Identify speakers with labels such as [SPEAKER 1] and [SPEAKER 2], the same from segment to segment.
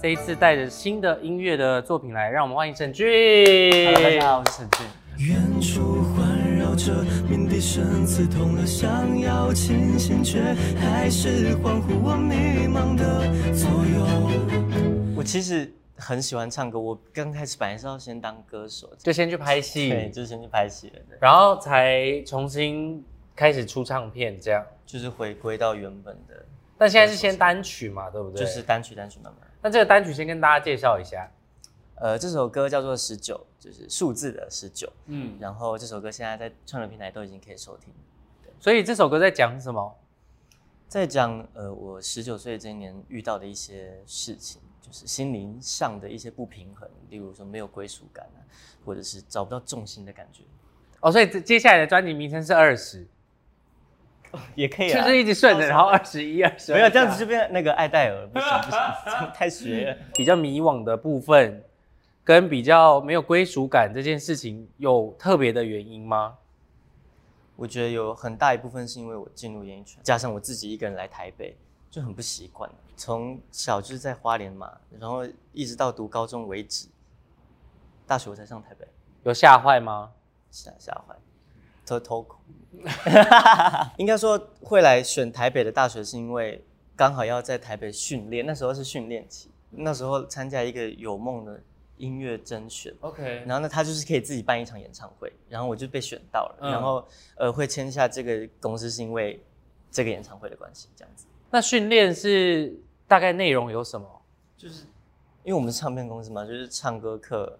[SPEAKER 1] 这一次带着新的音乐的作品来，让我们欢迎沈俊。
[SPEAKER 2] Hello，大家好，我是沈俊。
[SPEAKER 3] 远处环绕
[SPEAKER 2] 啊
[SPEAKER 3] 着鸣笛声，刺痛了想要清醒，却还是恍惚
[SPEAKER 2] 啊
[SPEAKER 3] 我迷茫的左右。
[SPEAKER 2] 我其实很喜欢唱歌，我刚开始本来是要先当歌手，
[SPEAKER 1] 就先去拍
[SPEAKER 2] 对，
[SPEAKER 1] 戏，
[SPEAKER 2] 就先去拍戏了，对
[SPEAKER 1] 然后才重新开始出唱片这样。
[SPEAKER 2] 就是回归到原本的，
[SPEAKER 1] 但现在是先单曲嘛，对不对？
[SPEAKER 2] 就是。单曲单曲慢慢。
[SPEAKER 1] 那这个单曲先跟大家介绍一下。
[SPEAKER 2] 呃，这首歌叫做《十九》，就是数字的十九。
[SPEAKER 1] 嗯。
[SPEAKER 2] 然后这首歌现在在串流平台都已经可以收听。
[SPEAKER 1] 所以这首歌在讲什么？
[SPEAKER 2] 再讲呃，我十九岁这一年遇到的一些事情，就是心灵上的一些不平衡，例如说没有归属感啊，或者是找不到重心的感觉，
[SPEAKER 1] 哦，所以这接下来的专辑名称是二十、
[SPEAKER 2] 也可以
[SPEAKER 1] 是
[SPEAKER 2] 啊。
[SPEAKER 1] 不是一直顺着，然后二十一、二十？
[SPEAKER 2] 没有这样子就变那个爱戴尔，不行不行， 这样太学了。
[SPEAKER 1] 比较迷惘的部分，跟比较没有归属感这件事情有特别的原因吗？
[SPEAKER 2] 我觉得有很大一部分是因为我进入演艺圈，加上我自己一个人来台北，就很不习惯。从小就是在花莲嘛，然后一直到读高中为止，大学我才上台北，
[SPEAKER 1] 有吓坏吗？
[SPEAKER 2] 吓吓坏，偷偷哭。 应该说会来选台北的大学，是因为刚好要在台北训练，那时候是训练期，那时候参加一个有梦的音乐甄选，
[SPEAKER 1] OK，
[SPEAKER 2] 然后呢，他就是可以自己办一场演唱会，然后我就被选到了，
[SPEAKER 1] 嗯
[SPEAKER 2] 然后呃会签下这个公司是因为这个演唱会的关系，这样子。
[SPEAKER 1] 那训练是大概内容有什么？
[SPEAKER 2] 因为我们是唱片公司嘛，就是唱歌课、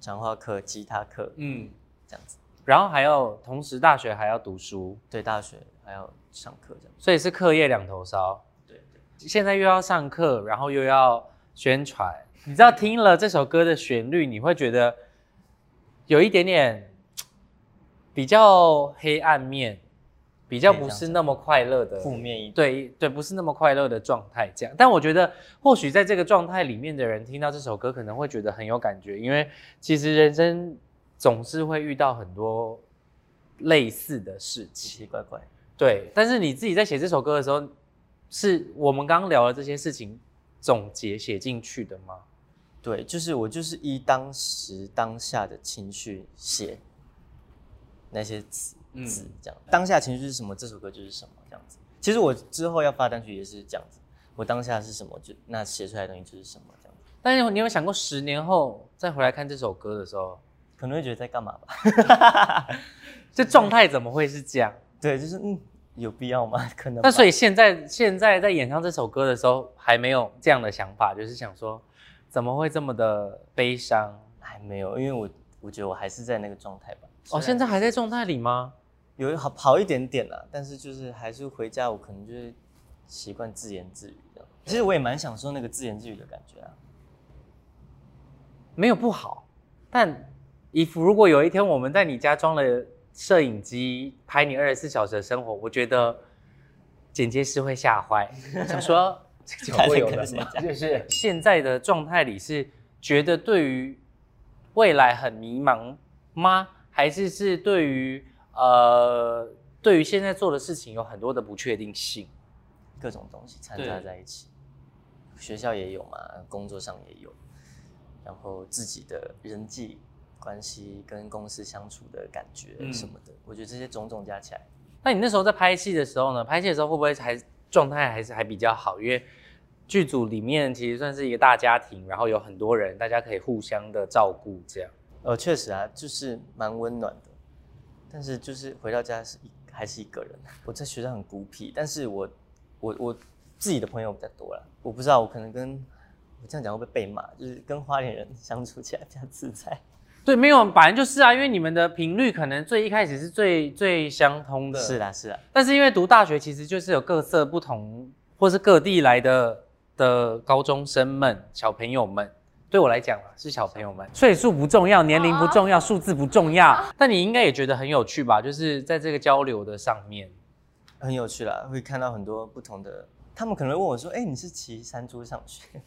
[SPEAKER 2] 讲话课、吉他课
[SPEAKER 1] 嗯，
[SPEAKER 2] 这样子，
[SPEAKER 1] 然后还要同时大学还要读书，
[SPEAKER 2] 对大学还要上课这样子。
[SPEAKER 1] 所以是课业两头烧。
[SPEAKER 2] 对对，
[SPEAKER 1] 现在又要上课，然后又要宣传，你知道听了这首歌的旋律，你会觉得有一点点嘖比较黑暗面，比较不是那么快乐的
[SPEAKER 2] 负面一点。
[SPEAKER 1] 对对，不是那么快乐的状态这样。但我觉得，或许在这个状态里面的人听到这首歌，可能会觉得很有感觉，因为其实人生总是会遇到很多类似的事
[SPEAKER 2] 奇
[SPEAKER 1] 情。
[SPEAKER 2] 奇怪怪。
[SPEAKER 1] 对，但是你自己在写这首歌的时候，是我们刚刚聊的这些事情总结写进去的吗？
[SPEAKER 2] 对，就是我就是依当时当下的情绪写那些词
[SPEAKER 1] 嗯
[SPEAKER 2] 词这样，当下情绪是什么，这首歌就是什么这样子。其实我之后要发单曲也是这样子，我当下是什么就那写出来的东西就是什么这样子，
[SPEAKER 1] 但是你有想过十年后再回来看这首歌的时候，
[SPEAKER 2] 可能会觉得在干嘛吧？
[SPEAKER 1] 这状态怎么会是这样？
[SPEAKER 2] 对，就是嗯，有必要吗？ 可能吧。
[SPEAKER 1] 那所以现在现在在演唱这首歌的时候，还没有这样的想法，就是想说怎么会这么的悲伤？
[SPEAKER 2] 还没有，因为我我觉得我还是在那个状态吧。
[SPEAKER 1] 哦，现在还在状态里吗？
[SPEAKER 2] 有好好一点点啦，但是就是还是回家，我可能就是习惯自言自语这样。其实我也蛮享受那个自言自语的感觉啊。
[SPEAKER 1] 没有不好，但以服如果有一天我们在你家装了摄影机拍你二十四小时的生活，我觉得剪接师会吓 坏，想说这个会有的吗？就是现在的状态里是觉得对于未来很迷茫吗？还是是对于呃对于现在做的事情有很多的不确定性？
[SPEAKER 2] 各种东西掺
[SPEAKER 1] 对
[SPEAKER 2] 杂在一起。学校也有嘛，工作上也有，然后自己的人际关系跟公司相处的感觉
[SPEAKER 1] 嗯
[SPEAKER 2] 什么的，我觉得这些种种加起来，
[SPEAKER 1] 那你那时候在拍戏的时候呢？拍戏的时候会不会还状态还是还比较好？因为剧组里面其实算是一个大家庭，然后有很多人，大家可以互相的照顾这样。
[SPEAKER 2] 呃，确实啊，就是蛮温暖的。但是就是回到家是一还是一个人，啊我在学校很孤僻，但是我我我自己的朋友比较多了，我不知道我可能跟我这样讲会不会被骂，就是跟花莲人相处起来比较自在。
[SPEAKER 1] 对，没有，反正就是啊，因为你们的频率可能最一开始是最最相通的。
[SPEAKER 2] 是啦啊是啦，
[SPEAKER 1] 但是因为读大学，其实就是有各色不同，或是各地来的的高中生们、小朋友们。对我来讲啊，是小朋友们，岁数不重要，年龄不重要，数字不重要。 但你应该也觉得很有趣吧？就是在这个交流的上面，
[SPEAKER 2] 很有趣啦，会看到很多不同的。他们可能会问我说：“哎、你是骑山猪上学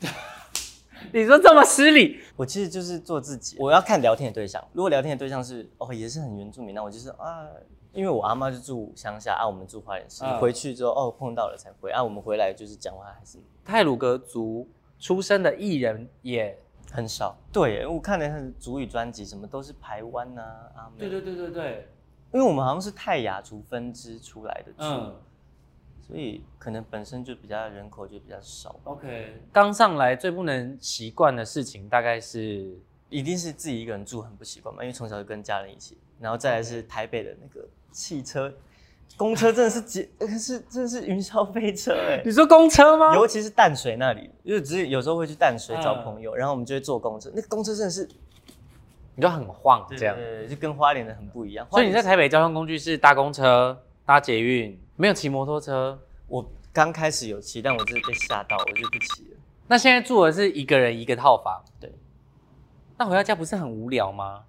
[SPEAKER 1] 你说这么失礼，？”
[SPEAKER 2] 我其实就是做自己，我要看聊天的对象。如果聊天的对象是哦，也是很原住民，那我就是啊，因为我阿妈就住乡下啊，我们住花莲市，
[SPEAKER 1] 嗯
[SPEAKER 2] 回去之后哦碰到了才回啊，我们回来就是讲话还是
[SPEAKER 1] 泰鲁格族出身的艺人也，
[SPEAKER 2] 很少。对耶，我看了他的主语专辑，什么都是台湾呐、阿美。
[SPEAKER 1] 对对，对对对，
[SPEAKER 2] 因为我们好像是泰雅族分支出来的，嗯，
[SPEAKER 1] 嗯
[SPEAKER 2] 所以可能本身就比较人口就比较少，
[SPEAKER 1] ，OK。刚上来最不能习惯的事情大概是，
[SPEAKER 2] 一定是自己一个人住很不习惯嘛，因为从小就跟家人一起，然后再来是台北的那个汽车、公车，真的是挤，呃是真的是云霄飞车 哎、
[SPEAKER 1] 你说公车吗？
[SPEAKER 2] 尤其是淡水那里，因为只是有时候会去淡水找
[SPEAKER 1] 嗯
[SPEAKER 2] 朋友，然后我们就会坐公车，那个公车真的是
[SPEAKER 1] 你就很晃这样。
[SPEAKER 2] 对就跟花莲的很不一样。
[SPEAKER 1] 所以你在
[SPEAKER 2] 花莲是
[SPEAKER 1] 台北交通工具是搭公车、搭捷运，没有骑摩托车。
[SPEAKER 2] 我刚开始有骑，但我真的被吓到，我就不骑了。
[SPEAKER 1] 那现在住的是一个人一个套房，
[SPEAKER 2] 对，
[SPEAKER 1] 那回到家不是很无聊吗？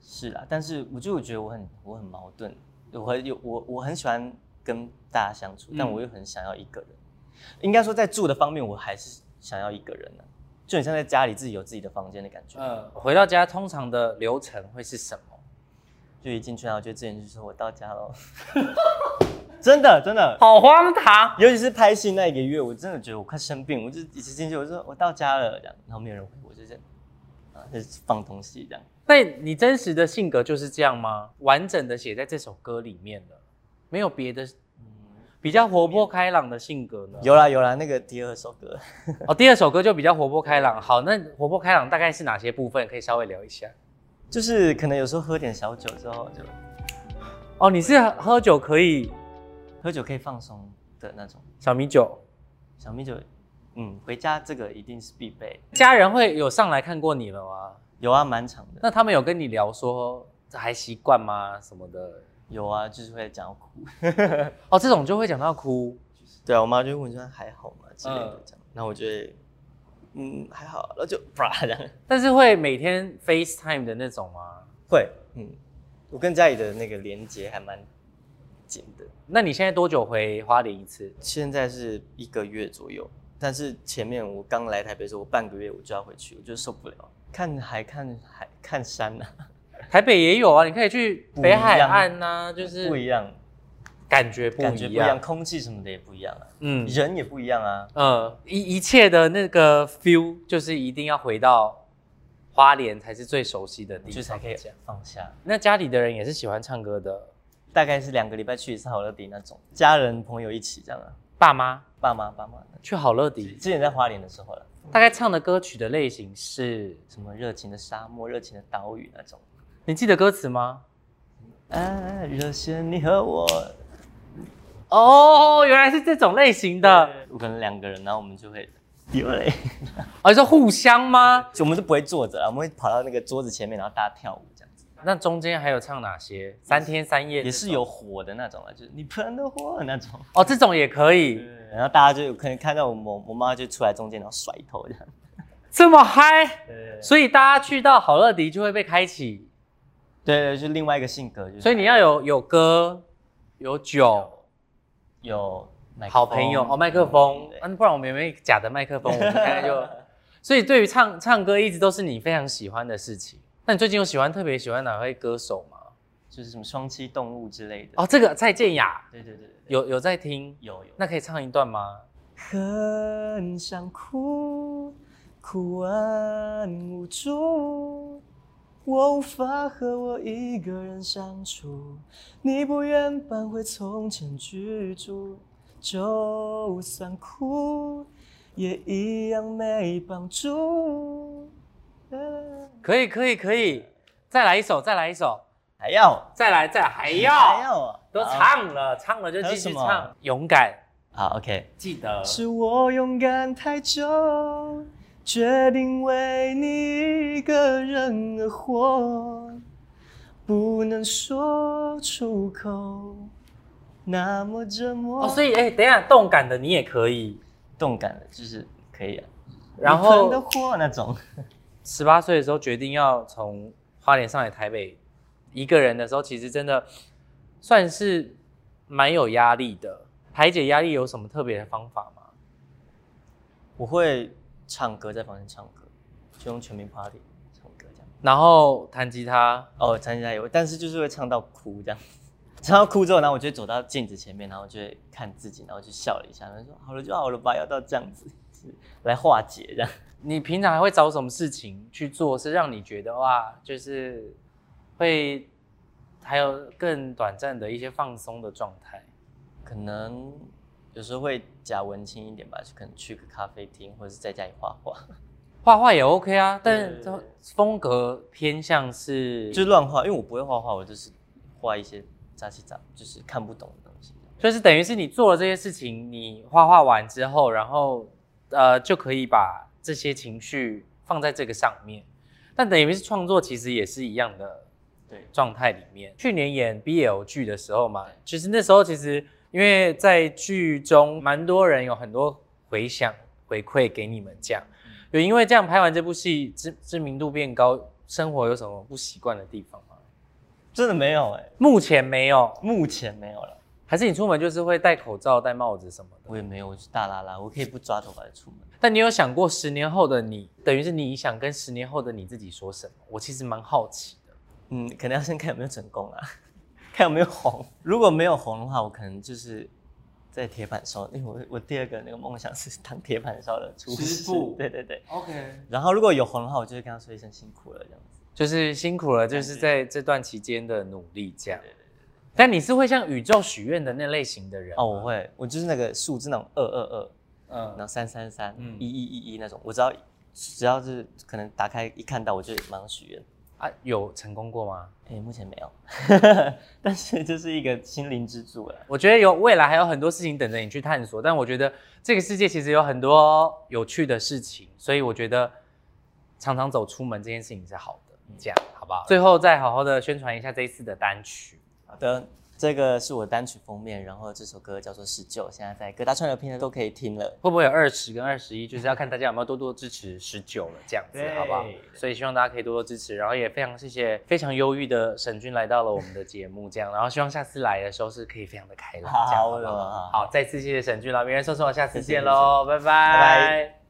[SPEAKER 2] 是啦，但是我就觉得我很我很矛盾，我很有我我很喜欢跟大家相处，但
[SPEAKER 1] 嗯
[SPEAKER 2] 我又很想要一个人。应该说在住的方面，我还是想要一个人呢、啊就很像在家里自己有自己的房间的感觉。
[SPEAKER 1] 嗯，回到家通常的流程会是什么？
[SPEAKER 2] 就一进去，然后就之前就说我到家了， 真的真的，
[SPEAKER 1] 好荒唐！
[SPEAKER 2] 尤其是拍戏那一个月，我真的觉得我快生病，我就一直进去，我就说我到家了，这样，然后没有人回我，我就这样啊，就是放东西这样。
[SPEAKER 1] 那你真实的性格就是这样吗？完整的写在这首歌里面了，没有别的比较活泼开朗的性格呢？
[SPEAKER 2] 有啦有啦，那个第二首歌，
[SPEAKER 1] 哦，第二首歌就比较活泼开朗。好，那活泼开朗大概是哪些部分？可以稍微聊一下。
[SPEAKER 2] 就是可能有时候喝点小酒之后就
[SPEAKER 1] 哦，你是喝酒可以
[SPEAKER 2] 喝酒可以放松的那种。
[SPEAKER 1] 小米酒，
[SPEAKER 2] 小米酒，嗯，回家这个一定是必备。
[SPEAKER 1] 家人会有上来看过你了吗？
[SPEAKER 2] 有啊，蛮长的。
[SPEAKER 1] 那他们有跟你聊说这还习惯吗什么的？
[SPEAKER 2] 有啊，就是会讲到哭。
[SPEAKER 1] 哦，这种就会讲到哭。
[SPEAKER 2] 对啊，我妈就会问说还好吗之类的
[SPEAKER 1] 嗯
[SPEAKER 2] 这样。那、我就会，嗯，还好，然后就啪这样。
[SPEAKER 1] 但是会每天 FaceTime 的那种吗？
[SPEAKER 2] 会，嗯，我跟家里的那个连接还蛮紧的。
[SPEAKER 1] 那你现在多久回花莲一次？
[SPEAKER 2] 现在是一个月左右，但是前面我刚来台北的时候，我半个月我就要回去，我就受不了，看海看海看山呐、
[SPEAKER 1] 台北也有啊，你可以去
[SPEAKER 2] 不一
[SPEAKER 1] 北
[SPEAKER 2] 样
[SPEAKER 1] 海岸呐、就
[SPEAKER 2] 不一
[SPEAKER 1] 是
[SPEAKER 2] 样，
[SPEAKER 1] 感觉不一样。
[SPEAKER 2] 感觉不一样，空气什么的也不一样啊，
[SPEAKER 1] 嗯
[SPEAKER 2] 人也不一样啊。
[SPEAKER 1] 嗯，一一切的那个 feel 就是一定要回到花莲才是最熟悉的地方，
[SPEAKER 2] 就才可以
[SPEAKER 1] 这样
[SPEAKER 2] 放下。
[SPEAKER 1] 那家里的人也是喜欢唱歌的，
[SPEAKER 2] 大概是两个礼拜去一次好乐迪那种，家人朋友一起这样啊，
[SPEAKER 1] 爸妈
[SPEAKER 2] 爸妈爸妈。
[SPEAKER 1] 去好乐迪，
[SPEAKER 2] 之前在花莲的时候了，
[SPEAKER 1] 大概唱的歌曲的类型是，
[SPEAKER 2] 什么热情的沙漠、热情的岛屿那种。
[SPEAKER 1] 你记得歌词吗？
[SPEAKER 2] 啊，热血你和我
[SPEAKER 1] 哦，原来是这种类型的，
[SPEAKER 2] 我可能两个人，然后我们就会丢嘞，
[SPEAKER 1] 而、哦、是互相吗？
[SPEAKER 2] 就我们是不会坐着啦，我们会跑到那个桌子前面，然后大家跳舞这样子，
[SPEAKER 1] 那中间还有唱哪些？三天三夜
[SPEAKER 2] 也是有火的那种啊，就是你喷的火那种。
[SPEAKER 1] 哦，这种也可以，
[SPEAKER 2] 然后大家就有可能看到我我我妈就出来中间，然后甩头这样。
[SPEAKER 1] 这么嗨，
[SPEAKER 2] 对
[SPEAKER 1] 所以大家去到好乐迪就会被开启，
[SPEAKER 2] 对，就另外一个性格，就是
[SPEAKER 1] 所以你要有有歌，有酒，
[SPEAKER 2] 有麦克
[SPEAKER 1] 好朋友
[SPEAKER 2] 风
[SPEAKER 1] 哦，麦克风
[SPEAKER 2] 对，
[SPEAKER 1] 嗯、不然我们有没有假的麦克风？我们大概 就，所以对于唱唱歌一直都是你非常喜欢的事情。那你最近有喜欢特别喜欢哪位歌手吗？
[SPEAKER 2] 就是什么双栖动物之类的。
[SPEAKER 1] 哦，这个蔡健雅
[SPEAKER 2] 对，对对对对，
[SPEAKER 1] 有有在听，
[SPEAKER 2] 有有。
[SPEAKER 1] 那可以唱一段吗？
[SPEAKER 2] 很想哭，哭完啊无助，我无法和我一个人相处。你不愿搬回从前居住，就算哭，也一样没帮助。哎
[SPEAKER 1] 可以，可以，可以，再来一首，再来一首，
[SPEAKER 2] 还要，
[SPEAKER 1] 再来，再来，还要，
[SPEAKER 2] 还要，啊
[SPEAKER 1] 都唱了，唱了就
[SPEAKER 2] 还有
[SPEAKER 1] 继续
[SPEAKER 2] 什么
[SPEAKER 1] 唱，勇敢，
[SPEAKER 2] 好，OK。
[SPEAKER 1] 记得
[SPEAKER 2] 是我勇敢太久，决定为你一个人而活，不能说出口，那么折磨。
[SPEAKER 1] 哦，所以哎、等一下，动感的你也可以，
[SPEAKER 2] 动感的就是可以啊，
[SPEAKER 1] 然
[SPEAKER 2] 你喷的
[SPEAKER 1] 后
[SPEAKER 2] 火那种，
[SPEAKER 1] 十八岁的时候决定要从花莲上来台北，一个人的时候，其实真的算是蛮有压力的。排解压力有什么特别的方法吗？
[SPEAKER 2] 我会唱歌，在房间唱歌，就用全民 Party 唱歌这样。
[SPEAKER 1] 然后弹吉他，
[SPEAKER 2] 哦，参加有，但是就是会唱到哭这样， 唱到哭之后，然后我就会走到镜子前面，然后就会看自己，然后就笑了一下，然后说好了就好了吧，要到这样子。来化解这样。
[SPEAKER 1] 你平常还会找什么事情去做，是让你觉得哇，就是会还有更短暂的一些放松的状态？
[SPEAKER 2] 可能有时候会假文青一点吧，就可能去个咖啡厅，或者是在家里画画，
[SPEAKER 1] 画画也 OK 啊，但
[SPEAKER 2] 对对
[SPEAKER 1] 这
[SPEAKER 2] 对
[SPEAKER 1] 风格偏向是，
[SPEAKER 2] 就是乱画，因为我不会画画，我就是画一些杂七杂，就是看不懂的东西。
[SPEAKER 1] 就是等于是你做了这些事情，你画画完之后，然后呃就可以把这些情绪放在这个上面。但等于是创作其实也是一样的
[SPEAKER 2] 对，
[SPEAKER 1] 状态里面。去年演 BL 剧的时候嘛，其实那时候其实因为在剧中蛮多人有很多回响回馈给你们这样，有因为这样拍完这部戏知知名度变高，生活有什么不习惯的地方吗？
[SPEAKER 2] 真的没有哎、
[SPEAKER 1] 目前没有，
[SPEAKER 2] 目前没有了，
[SPEAKER 1] 还是你出门就是会戴口罩、戴帽子什么的。
[SPEAKER 2] 我也没有，我是大拉拉，我可以不抓头发就出门。
[SPEAKER 1] 但你有想过十年后的你，等于是你想跟十年后的你自己说什么？我其实蛮好奇的。
[SPEAKER 2] 嗯，可能要先看有没有成功啊， 看有没有红。如果没有红的话，我可能就是在铁板烧，因为我我第二个那个梦想是当铁板烧的厨师。
[SPEAKER 1] 师傅
[SPEAKER 2] 对对对。
[SPEAKER 1] OK，
[SPEAKER 2] 然后如果有红的话，我就会跟他说一声辛苦了这样子。
[SPEAKER 1] 就是辛苦了，就是在这段期间的努力这样
[SPEAKER 2] 对对。
[SPEAKER 1] 但你是会向宇宙许愿的那类型的人
[SPEAKER 2] 哦，我会，我就是那个数字那种二二二，然后
[SPEAKER 1] 嗯，
[SPEAKER 2] 三三三
[SPEAKER 1] 嗯，
[SPEAKER 2] 一一一一那种，我只要只要是可能打开一看到我就马上许愿。
[SPEAKER 1] 啊，有成功过吗？
[SPEAKER 2] 哎，目前没有， 但是就是一个心灵支柱了。
[SPEAKER 1] 我觉得有未来还有很多事情等着你去探索，但我觉得这个世界其实有很多有趣的事情，所以我觉得常常走出门这件事情是好的，这样好不好？最后再好好的宣传一下这一次的单曲。
[SPEAKER 2] 好的，这个是我单曲封面，然后这首歌叫做《十九》，现在在各大串流平台都可以听了。
[SPEAKER 1] 会不会有二十跟二十一，就是要看大家有没有多多支持十九了这样子，
[SPEAKER 2] 对
[SPEAKER 1] 好不好？所以希望大家可以多多支持，然后也非常谢谢非常忧郁的沈君来到了我们的节目，这样，然后希望下次来的时候是可以非常的开朗，这样
[SPEAKER 2] 好
[SPEAKER 1] 好不好
[SPEAKER 2] 好？
[SPEAKER 1] 好，再次谢谢沈君了，明人说说，下次
[SPEAKER 2] 谢谢
[SPEAKER 1] 见喽，拜拜
[SPEAKER 2] 拜。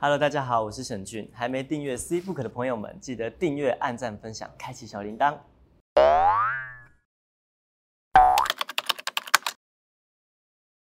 [SPEAKER 2] Hello，大家好，我是沈俊，还没订阅 C Book 的朋友们，记得订阅、按赞、分享、开启小铃铛。